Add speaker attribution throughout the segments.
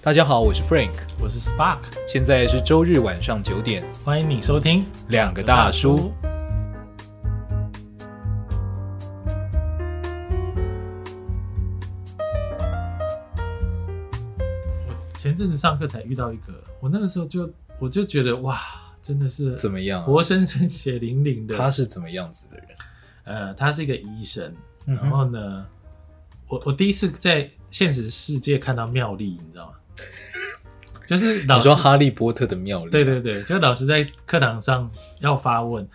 Speaker 1: 大家好，我是 Frank，
Speaker 2: 我是 Spark，
Speaker 1: 现在是周日晚上九点，
Speaker 2: 欢迎你收听
Speaker 1: 两个大叔。
Speaker 2: 我前阵子上课才遇到一个，我那个时候就我就觉得哇，真的是
Speaker 1: 怎么样啊、
Speaker 2: 活生生血淋淋的。
Speaker 1: 他是怎么样子的人？
Speaker 2: 呃，他是一个医生，
Speaker 1: 嗯
Speaker 2: 然后呢，我我第一次在现实世界看到妙丽，你知道吗？就是老
Speaker 1: 你
Speaker 2: 师
Speaker 1: 说哈利波特的妙丽？啊
Speaker 2: 对对对，就老师在课堂上要发问，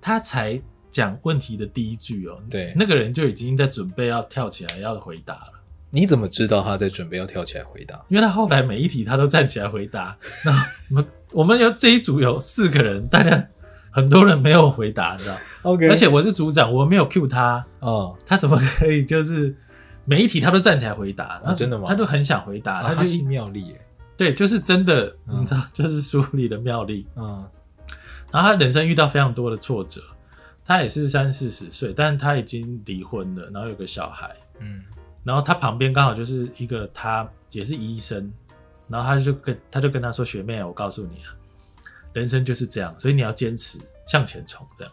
Speaker 2: 他才讲问题的第一句哦，
Speaker 1: 对
Speaker 2: 那个人就已经在准备要跳起来要回答了，
Speaker 1: 你怎么知道他在准备要跳起来回答？
Speaker 2: 因为他后来每一题他都站起来回答。 那我们我们有这一组有四个人，大家很多人没有回答，你知道？
Speaker 1: OK，
Speaker 2: 而且我是组长，我没有 cue 他，
Speaker 1: 哦，
Speaker 2: 他怎么可以就是每一题他都站起来回答？
Speaker 1: 哦真的吗
Speaker 2: 他就很想回答，
Speaker 1: 啊
Speaker 2: 他
Speaker 1: 他
Speaker 2: 就是一
Speaker 1: 妙丽耶，
Speaker 2: 对，就是真的，
Speaker 1: 嗯
Speaker 2: 你知道，就是书里的妙丽。
Speaker 1: 嗯，
Speaker 2: 然后他人生遇到非常多的挫折，他也是三四十岁，但他已经离婚了，然后有个小孩，
Speaker 1: 嗯，
Speaker 2: 然后他旁边刚好就是一个他也是医生，然后他就跟他就跟他说：“学妹啊，我告诉你啊，人生就是这样，所以你要坚持向前冲。”这样，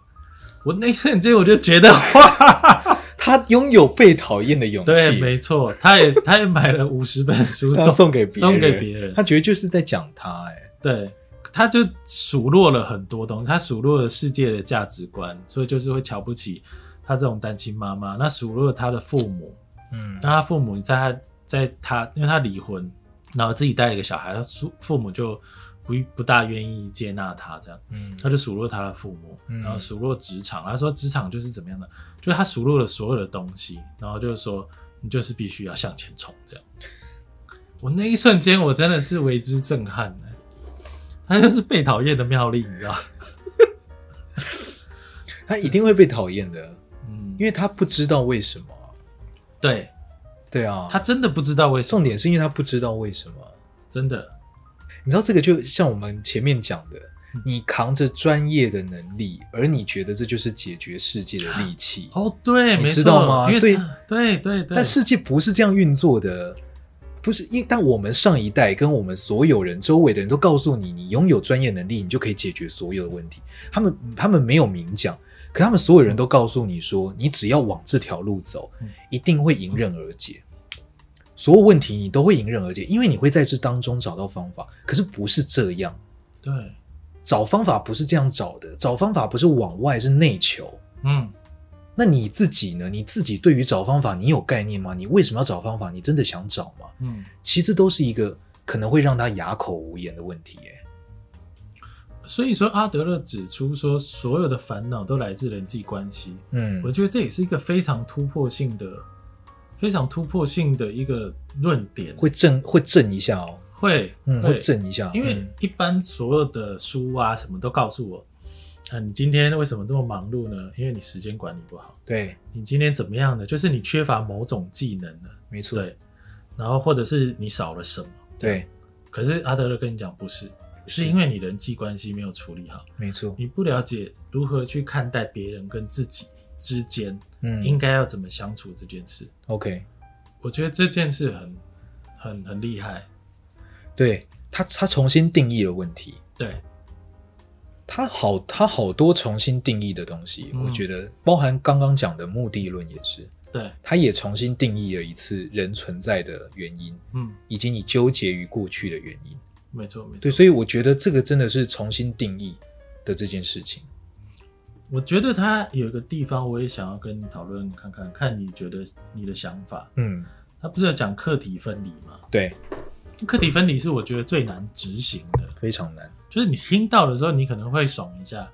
Speaker 2: 我那一瞬间我就觉得哇，
Speaker 1: 他拥有被讨厌的勇气，
Speaker 2: 对，没错，他也他也买了五十本书
Speaker 1: 他
Speaker 2: 送
Speaker 1: 送给别人，
Speaker 2: 送给别人
Speaker 1: 他，觉得就是在讲他，哎，
Speaker 2: 对，他就数落了很多东西，他数落了世界的价值观，所以就是会瞧不起他这种单亲妈妈。那数落了他的父母，
Speaker 1: 嗯
Speaker 2: 那他父母在他在他，因为他离婚，然后自己带了一个小孩，他父父母就不不大愿意接纳他这样。
Speaker 1: 嗯
Speaker 2: 他就数落他的父母，
Speaker 1: 嗯
Speaker 2: 然后数落职场，他说职场就是怎么样的，就是他数落了所有的东西，然后就是说你就是必须要向前冲这样。 我那一瞬间我真的是为之震撼呢、他就是被讨厌的妙丽，你知道？
Speaker 1: 他一定会被讨厌的，
Speaker 2: 嗯，
Speaker 1: 因为他不知道为什么啊，
Speaker 2: 对
Speaker 1: 对啊，
Speaker 2: 他真的不知道为什么，
Speaker 1: 重点是因为他不知道为什么。
Speaker 2: 真的，
Speaker 1: 你知道这个就像我们前面讲的
Speaker 2: 嗯，
Speaker 1: 你扛着专业的能力，而你觉得这就是解决世界的利器，
Speaker 2: 哦，对，
Speaker 1: 你
Speaker 2: 没
Speaker 1: 知
Speaker 2: 错
Speaker 1: 道吗
Speaker 2: 因为
Speaker 1: 对
Speaker 2: 他对对对，
Speaker 1: 但世界不是这样运作的。不是因，但我们上一代跟我们所有人周围的人都告诉你，你拥有专业能力，你就可以解决所有的问题。他们他们没有明讲，可他们所有人都告诉你说，你只要往这条路走
Speaker 2: 嗯，
Speaker 1: 一定会迎刃而解。所有问题你都会迎刃而解，因为你会在这当中找到方法。可是不是这样，
Speaker 2: 对，
Speaker 1: 找方法不是这样找的，找方法不是往外，是内求。
Speaker 2: 嗯，
Speaker 1: 那你自己呢？你自己对于找方法，你有概念吗？你为什么要找方法？你真的想找吗？
Speaker 2: 嗯，
Speaker 1: 其实都是一个可能会让他哑口无言的问题、耶。
Speaker 2: 所以说阿德勒指出说，所有的烦恼都来自人际关系，我
Speaker 1: 嗯，
Speaker 2: 觉得这也是一个非常突破性的、非常突破性的一个论点，
Speaker 1: 会震会震一下哦，
Speaker 2: 会
Speaker 1: 嗯，
Speaker 2: 会
Speaker 1: 会，震一下，
Speaker 2: 因为
Speaker 1: 嗯
Speaker 2: 一般所有的书啊什么都告诉我，啊，你今天为什么这么忙碌呢？因为你时间管理不好。
Speaker 1: 对，
Speaker 2: 你今天怎么样呢？就是你缺乏某种技能呢，
Speaker 1: 没错，
Speaker 2: 对，然后或者是你少了什么。
Speaker 1: 对，
Speaker 2: 可是阿德勒跟你讲不是，是因为你人际关系没有处理好，
Speaker 1: 没错，
Speaker 2: 你不了解如何去看待别人跟自己之间应
Speaker 1: 嗯
Speaker 2: 该要怎么相处这件事。
Speaker 1: ，OK，
Speaker 2: 我觉得这件事很、很、很厉害。
Speaker 1: 对他他重新定义了问题，
Speaker 2: 对，
Speaker 1: 他好他好多重新定义的东西，
Speaker 2: 嗯
Speaker 1: 我觉得包含刚刚讲的目的论也是，
Speaker 2: 对，
Speaker 1: 他也重新定义了一次人存在的原因，
Speaker 2: 嗯，
Speaker 1: 以及你纠结于过去的原因。
Speaker 2: 没错，没错
Speaker 1: 对，。所以我觉得这个真的是重新定义的这件事情。
Speaker 2: 我觉得他有一个地方，我也想要跟你讨论看看，看你觉得你的想法。
Speaker 1: 嗯，
Speaker 2: 他不是有讲课题分离吗？
Speaker 1: 对，
Speaker 2: 课题分离是我觉得最难执行的，
Speaker 1: 非常难。
Speaker 2: 就是你听到的时候，你可能会爽 一下，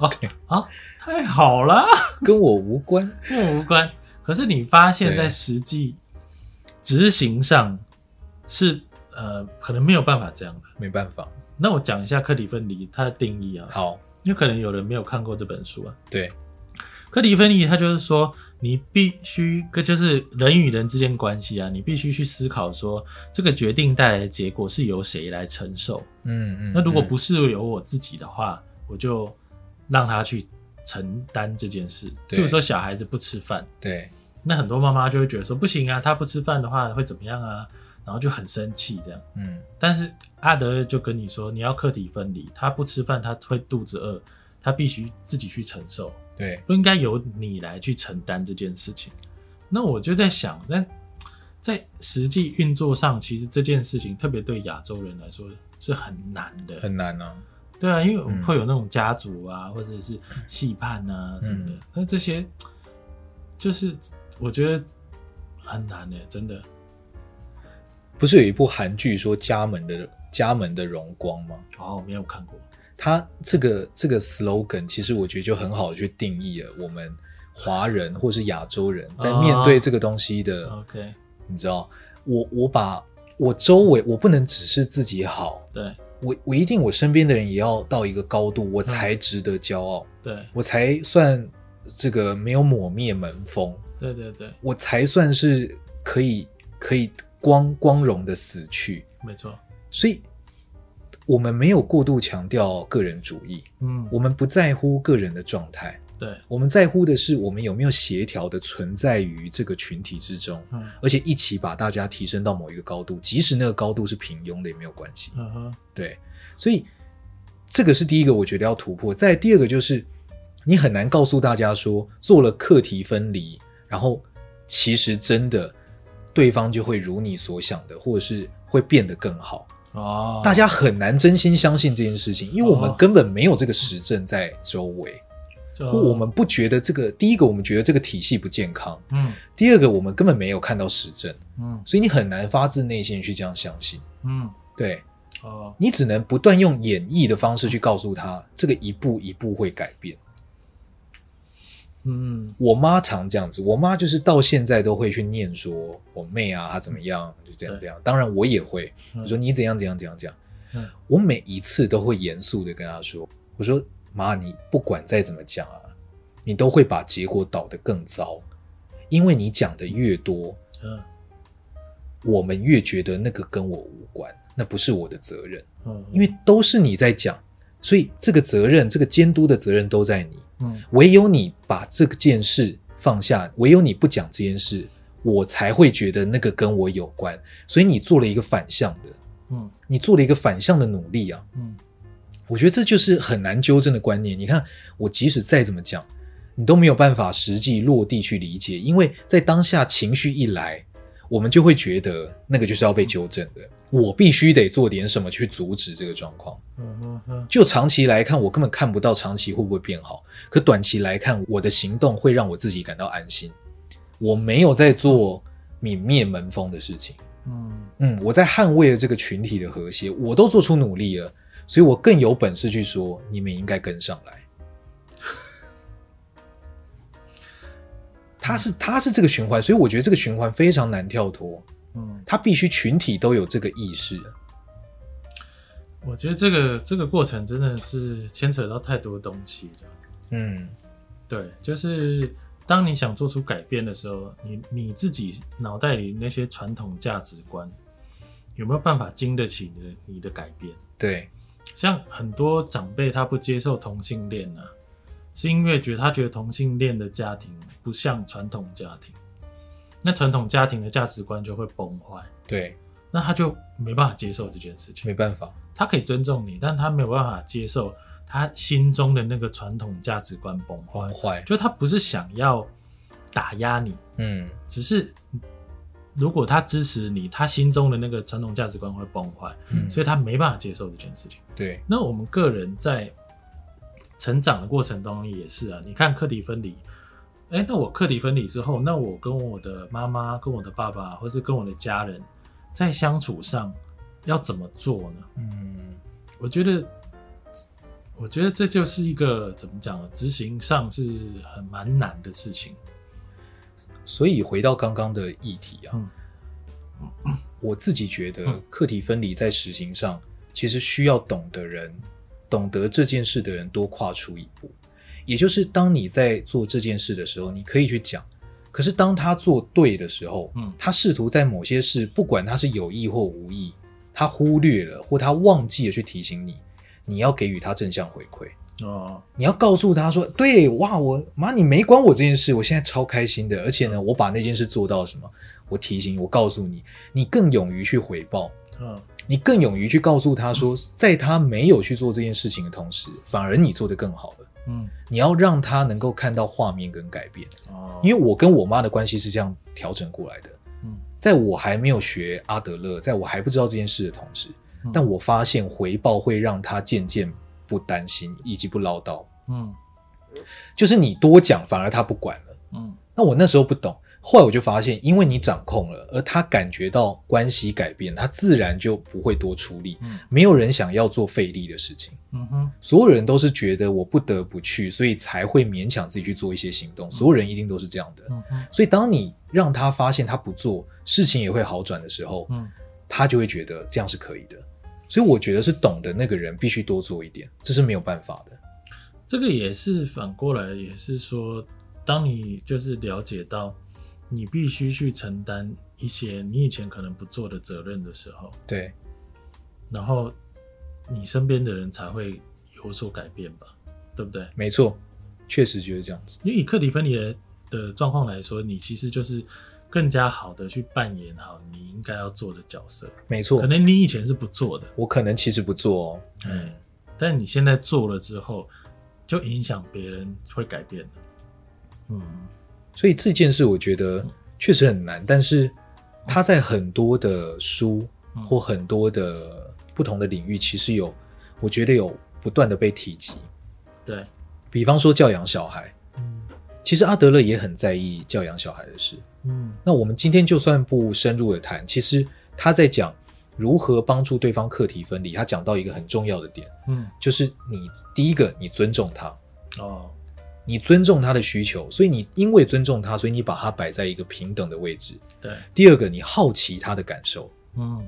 Speaker 2: 哦
Speaker 1: 对
Speaker 2: 啊，太好了，
Speaker 1: 跟我无关。
Speaker 2: 跟我无关。可是你发现，
Speaker 1: 对啊
Speaker 2: 在实际执行上是呃，可能没有办法这样的。
Speaker 1: 没办法。
Speaker 2: 那我讲一下课题分离它的定义啊，
Speaker 1: 好，
Speaker 2: 因为可能有人没有看过这本书啊。
Speaker 1: 对，
Speaker 2: 课题分离它就是说，你必须就是人与人之间关系啊，你必须去思考说，这个决定带来的结果是由谁来承受。
Speaker 1: 嗯嗯。
Speaker 2: 那如果不
Speaker 1: 嗯
Speaker 2: 是由我自己的话，我就让他去承担这件事。
Speaker 1: 对
Speaker 2: 譬如说小孩子不吃饭，
Speaker 1: 对，
Speaker 2: 那很多妈妈就会觉得说，不行啊，他不吃饭的话会怎么样啊？然后就很生气这样。
Speaker 1: 嗯
Speaker 2: 但是阿德就跟你说，你要课题分离，他不吃饭他会肚子饿，他必须自己去承受，
Speaker 1: 对，
Speaker 2: 不应该由你来去承担这件事情。那我就在想，但在实际运作上，其实这件事情，特别对亚洲人来说是很难的，
Speaker 1: 很难啊。
Speaker 2: 对啊，因为我
Speaker 1: 嗯
Speaker 2: 们会有那种家族啊，或者是戏盼啊什么的
Speaker 1: 嗯，
Speaker 2: 那、这些就是我觉得很难的、真的。
Speaker 1: 不是有一部韩剧说《家门的家门的荣光》吗？
Speaker 2: 哦，没有看过，
Speaker 1: 它这个这个 slogan，其实我觉得就很好地去定义了我们华人或是亚洲人在
Speaker 2: 啊
Speaker 1: 面对这个东西的，
Speaker 2: OK，
Speaker 1: 你知道，我我把我周围，我不能只是自己好，
Speaker 2: 对
Speaker 1: 我我一定我身边的人也要到一个高度，我才值得骄傲，
Speaker 2: 对
Speaker 1: 我才算这个没有抹灭门风，
Speaker 2: 对对对，
Speaker 1: 我才算是可以可以光光荣的死去。
Speaker 2: 没错，
Speaker 1: 所以，我们没有过度强调个人主义，
Speaker 2: 嗯，
Speaker 1: 我们不在乎个人的状态，
Speaker 2: 对，
Speaker 1: 我们在乎的是我们有没有协调的存在于这个群体之中，
Speaker 2: 嗯
Speaker 1: 而且一起把大家提升到某一个高度，即使那个高度是平庸的也没有关系。
Speaker 2: 嗯哼，
Speaker 1: 对，所以这个是第一个我觉得要突破。再第二个就是，你很难告诉大家说做了课题分离，然后其实真的对方就会如你所想的，或者是会变得更好。
Speaker 2: 哦，
Speaker 1: 大家很难真心相信这件事情，因为我们
Speaker 2: 哦
Speaker 1: 根本没有这个实证在周围，
Speaker 2: 就
Speaker 1: 或我们不觉得这个。第一个，我们觉得这个体系不健康；
Speaker 2: 嗯
Speaker 1: 第二个，我们根本没有看到实证，
Speaker 2: 嗯
Speaker 1: 所以你很难发自内心去这样相信。
Speaker 2: 嗯，
Speaker 1: 对，
Speaker 2: 哦，
Speaker 1: 你只能不断用演绎的方式去告诉他，这个一步一步会改变。
Speaker 2: 嗯
Speaker 1: 我妈常这样子，我妈就是到现在都会去念说我妹啊，她怎么样，就这样
Speaker 2: 对
Speaker 1: 这样。当然我也会，
Speaker 2: 嗯
Speaker 1: 我说你怎样怎样怎样怎样
Speaker 2: 嗯。
Speaker 1: 我每一次都会严肃的跟她说，我说妈，你不管再怎么讲啊，你都会把结果导得更糟，因为你讲的越多，
Speaker 2: 嗯
Speaker 1: 我们越觉得那个跟我无关，那不是我的责任。
Speaker 2: 嗯，
Speaker 1: 因为都是你在讲，所以这个责任、这个监督的责任都在你。
Speaker 2: 嗯
Speaker 1: 唯有你把这件事放下，唯有你不讲这件事，我才会觉得那个跟我有关。所以你做了一个反向的，
Speaker 2: 嗯
Speaker 1: 你做了一个反向的努力啊！
Speaker 2: 嗯
Speaker 1: 我觉得这就是很难纠正的观念。你看，我即使再怎么讲，你都没有办法实际落地去理解，因为在当下情绪一来，我们就会觉得那个就是要被纠正的。我必须得做点什么去阻止这个状况。
Speaker 2: 嗯嗯嗯，
Speaker 1: 就长期来看，我根本看不到长期会不会变好。可短期来看，我的行动会让我自己感到安心。我没有在做泯灭门风的事情，
Speaker 2: 嗯
Speaker 1: 嗯，我在捍卫了这个群体的和谐，我都做出努力了，所以我更有本事去说，你们也应该跟上来。它是它是这个循环，所以我觉得这个循环非常难跳脱，
Speaker 2: 嗯，
Speaker 1: 它必须群体都有这个意识。
Speaker 2: 我觉得这个这个过程真的是牵扯到太多东西了。
Speaker 1: 嗯，
Speaker 2: 对，就是当你想做出改变的时候，你你自己脑袋里那些传统价值观有没有办法经得起你的你的改变？
Speaker 1: 对，
Speaker 2: 像很多长辈他不接受同性恋呢、啊，是因为觉得他觉得同性恋的家庭不像传统家庭，那传统家庭的价值观就会崩坏，
Speaker 1: 对，
Speaker 2: 那他就没办法接受这件事情
Speaker 1: 没。办法，
Speaker 2: 他可以尊重你，但他没有办法接受他心中的那个传统价值观崩坏。
Speaker 1: 崩坏。
Speaker 2: 就他不是想要打压你，
Speaker 1: 嗯，
Speaker 2: 只是如果他支持你，他心中的那个传统价值观会崩坏，
Speaker 1: 嗯
Speaker 2: 所以他没办法接受这件事情。
Speaker 1: 对，
Speaker 2: 那我们个人在成长的过程当中也是啊，你看课题分离，哎，那我课题分离之后，那我跟我的妈妈、跟我的爸爸，或是跟我的家人，在相处上要怎么做呢？
Speaker 1: 嗯
Speaker 2: 我觉得，我觉得这就是一个怎么讲呢？执行上是很蛮难的事情。，
Speaker 1: 所以回到刚刚的议题啊，
Speaker 2: 嗯
Speaker 1: 我自己觉得
Speaker 2: 嗯
Speaker 1: 课题分离在实行上，其实需要懂的人，懂得这件事的人多跨出一步。也就是当你在做这件事的时候，你可以去讲，可是当他做对的时候，
Speaker 2: 嗯
Speaker 1: 他试图在某些事，不管他是有意或无意，他忽略了或他忘记了去提醒你，你要给予他正向回馈。
Speaker 2: 哦，
Speaker 1: 你要告诉他说，对，哇，我妈你没管我这件事，我现在超开心的，而且呢，我把那件事做到什么，我提醒，我告诉你，你更勇于去回报，
Speaker 2: 嗯，
Speaker 1: 你更勇于去告诉他说，在他没有去做这件事情的同时，反而你做得更好了。
Speaker 2: 嗯，
Speaker 1: 你要让他能够看到画面跟改变，
Speaker 2: 哦，
Speaker 1: 因
Speaker 2: 为
Speaker 1: 为我跟我妈的关系是这样调整过来的。
Speaker 2: 嗯，
Speaker 1: 在我还没有学阿德勒，在我还不知道这件事的同时，
Speaker 2: 嗯
Speaker 1: 但我发现回报会让他渐渐不担心以及不唠叨，
Speaker 2: 嗯
Speaker 1: 就是你多讲，反而他不管了。
Speaker 2: 嗯
Speaker 1: 那我那时候不懂，后来我就发现，因为你掌控了，而他感觉到关系改变，他自然就不会多出力。
Speaker 2: 嗯
Speaker 1: 没有人想要做费力的事情，
Speaker 2: 嗯哼，
Speaker 1: 所有人都是觉得我不得不去，所以才会勉强自己去做一些行动。所有人一定都是这样的。
Speaker 2: 嗯哼，
Speaker 1: 所以，当你让他发现他不做事情也会好转的时候，
Speaker 2: 嗯
Speaker 1: 他就会觉得这样是可以的。所以，我觉得是懂的那个人必须多做一点，这是没有办法的。
Speaker 2: 这个也是反过来，也是说，当你就是了解到你必须去承担一些你以前可能不做的责任的时候，
Speaker 1: 对，
Speaker 2: 然后你身边的人才会有所改变吧，对不对？
Speaker 1: 没错，确实就是这样子。
Speaker 2: 因为以克里芬尼的的状况来说，你其实就是更加好的去扮演好你应该要做的角色，
Speaker 1: 没错，
Speaker 2: 可能你以前是不做的，
Speaker 1: 我可能其实不做哦。嗯
Speaker 2: 嗯，但你现在做了之后，就影响别人会改变的。嗯
Speaker 1: 所以这件事我觉得确实很难，但是他在很多的书
Speaker 2: 嗯
Speaker 1: 或很多的不同的领域，其实有我觉得有不断的被提及。
Speaker 2: 对，
Speaker 1: 比方说教养小孩，
Speaker 2: 嗯
Speaker 1: 其实阿德勒也很在意教养小孩的事。
Speaker 2: 嗯
Speaker 1: 那我们今天就算不深入的谈，其实他在讲如何帮助对方课题分离，他讲到一个很重要的点，
Speaker 2: 嗯，
Speaker 1: 就是你第一个你尊重他，
Speaker 2: 哦，
Speaker 1: 你尊重他的需求，所以你因为尊重他，所以你把他摆在一个平等的位置。
Speaker 2: 对，
Speaker 1: 第二个，你好奇他的感受，
Speaker 2: 嗯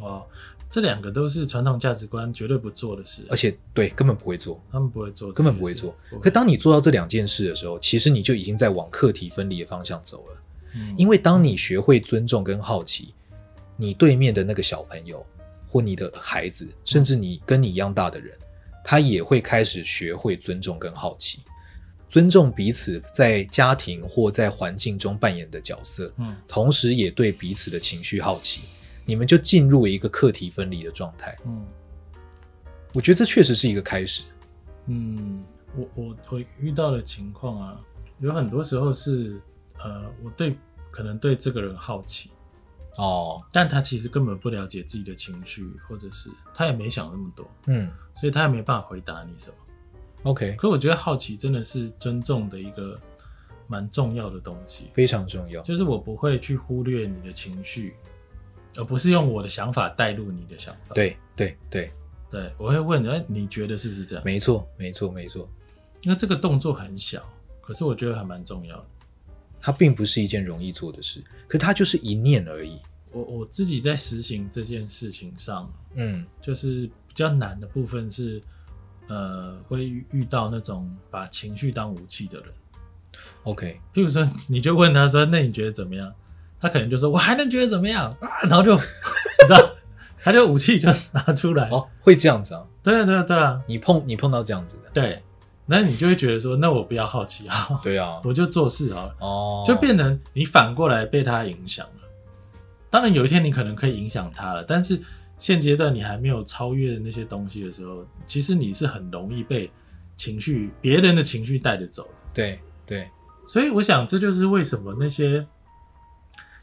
Speaker 2: 哦，这两个都是传统价值观绝对不做的事，
Speaker 1: 而且对根本不会做，
Speaker 2: 他们不会做，
Speaker 1: 根本不会做。
Speaker 2: 不会
Speaker 1: 可当你做到这两件事的时候，其实你就已经在往课题分离的方向走了。
Speaker 2: 嗯
Speaker 1: 因为当你学会尊重跟好奇，你对面的那个小朋友或你的孩子，甚至你跟你一样大的人，他也会开始学会尊重跟好奇，尊重彼此在家庭或在环境中扮演的角色，
Speaker 2: 嗯
Speaker 1: 同时也对彼此的情绪好奇，你们就进入一个课题分离的状态。
Speaker 2: 嗯
Speaker 1: 我觉得这确实是一个开始。
Speaker 2: 嗯，我我我遇到的情况啊，有很多时候是呃，我对可能对这个人好奇，
Speaker 1: 哦，
Speaker 2: 但他其实根本不了解自己的情绪，或者是他也没想那么多，
Speaker 1: 嗯
Speaker 2: 所以他也没办法回答你什么。
Speaker 1: ，OK，
Speaker 2: 可我觉得好奇真的是尊重的一个蛮重要的东西，
Speaker 1: 非常重要。
Speaker 2: 就是我不会去忽略你的情绪，而不是用我的想法带入你的想法。
Speaker 1: 对对对，
Speaker 2: 对，我会问，哎，你觉得是不是这样？
Speaker 1: 没错没错没错，
Speaker 2: 因为这个动作很小，可是我觉得还蛮重要的。
Speaker 1: 它并不是一件容易做的事，可它就是一念而已。
Speaker 2: 我我自己在实行这件事情上，
Speaker 1: 嗯，
Speaker 2: 就是比较难的部分是，呃，会遇到那种把情绪当武器的人。
Speaker 1: OK，
Speaker 2: 譬如说，你就问他说：“那你觉得怎么样？”他可能就说：“我还能觉得怎么样啊？”然后就 你知道，他就武器就拿出来。
Speaker 1: 哦，会这样子啊？
Speaker 2: 对啊，对啊，对啊，
Speaker 1: 你碰你碰到这样子的？
Speaker 2: 对。那你就会觉得说：“那我不要好奇啊，
Speaker 1: 对啊，
Speaker 2: 我就做事好了。
Speaker 1: 哦，
Speaker 2: 就变成你反过来被他影响了。当然，有一天你可能可以影响他了，但是现阶段你还没有超越那些东西的时候，其实你是很容易被情绪、别人的情绪带着走的。
Speaker 1: 对对，
Speaker 2: 所以我想，这就是为什么那些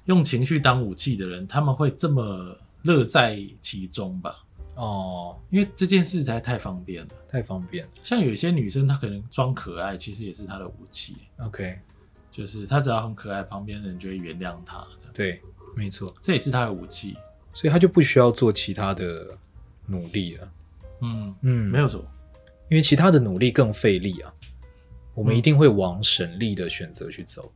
Speaker 2: 用情绪当武器的人，他们会这么乐在其中吧？
Speaker 1: 哦，
Speaker 2: 因为这件事实在太方便了。
Speaker 1: 太方便了。
Speaker 2: 像有些女生，她可能装可爱，其实也是她的武器，
Speaker 1: OK，
Speaker 2: 就是她只要很可爱，旁边的人就会原谅她，这样
Speaker 1: 对，没错，
Speaker 2: 这也是她的武器。
Speaker 1: 所以他就不需要做其他的努力了。
Speaker 2: 嗯，
Speaker 1: 嗯，
Speaker 2: 没有错。
Speaker 1: 因为其他的努力更费力啊。我们
Speaker 2: 嗯
Speaker 1: 一定会往省力的选择去走。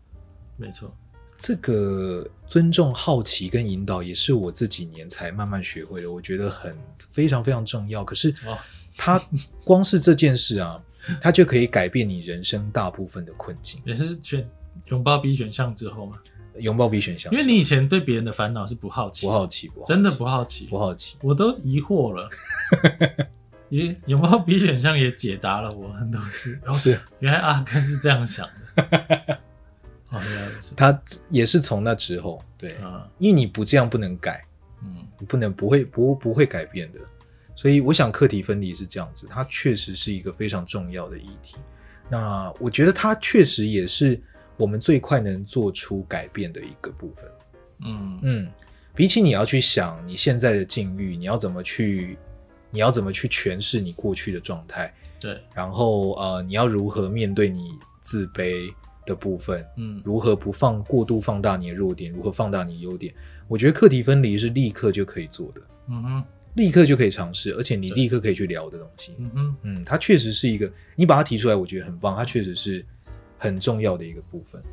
Speaker 2: 没错，
Speaker 1: 这个尊重、好奇跟引导，也是我这几年才慢慢学会的，我觉得很非常非常重要。可是
Speaker 2: 哦，
Speaker 1: 它光是这件事啊，它就可以改变你人生大部分的困境。
Speaker 2: 也是选拥抱 B 选项之后嘛，
Speaker 1: 拥抱 B 选项，
Speaker 2: 因为你以前对别人的烦恼是不好奇，
Speaker 1: 不好奇，不好奇
Speaker 2: 真的不好奇
Speaker 1: 不，好奇。
Speaker 2: 我都疑惑了。也有没有 B 选项也解答了我很多次。然后
Speaker 1: 是
Speaker 2: 原来阿根是这样想的。 哦，原来如此。
Speaker 1: 他也是从那之后，对，
Speaker 2: 啊，
Speaker 1: 因为你不这样不能改，
Speaker 2: 嗯
Speaker 1: 你不能不会不不会改变的。所以我想课题分离是这样子，它确实是一个非常重要的议题。那我觉得它确实也是我们最快能做出改变的一个部分。
Speaker 2: 嗯
Speaker 1: 嗯，比起你要去想你现在的境遇，你要怎么去，你要怎么去诠释你过去的状态，
Speaker 2: 对，
Speaker 1: 然后呃，你要如何面对你自卑的部分，
Speaker 2: 嗯
Speaker 1: 如何不放过度放大你的弱点，如何放大你的优点，我觉得课题分离是立刻就可以做的，
Speaker 2: 嗯哼
Speaker 1: 立刻就可以尝试，而且你
Speaker 2: 对
Speaker 1: 立刻可以去聊的东西。
Speaker 2: 嗯哼，
Speaker 1: 嗯，它确实是一个，你把它提出来，我觉得很棒，它确实是很重要的一个部分。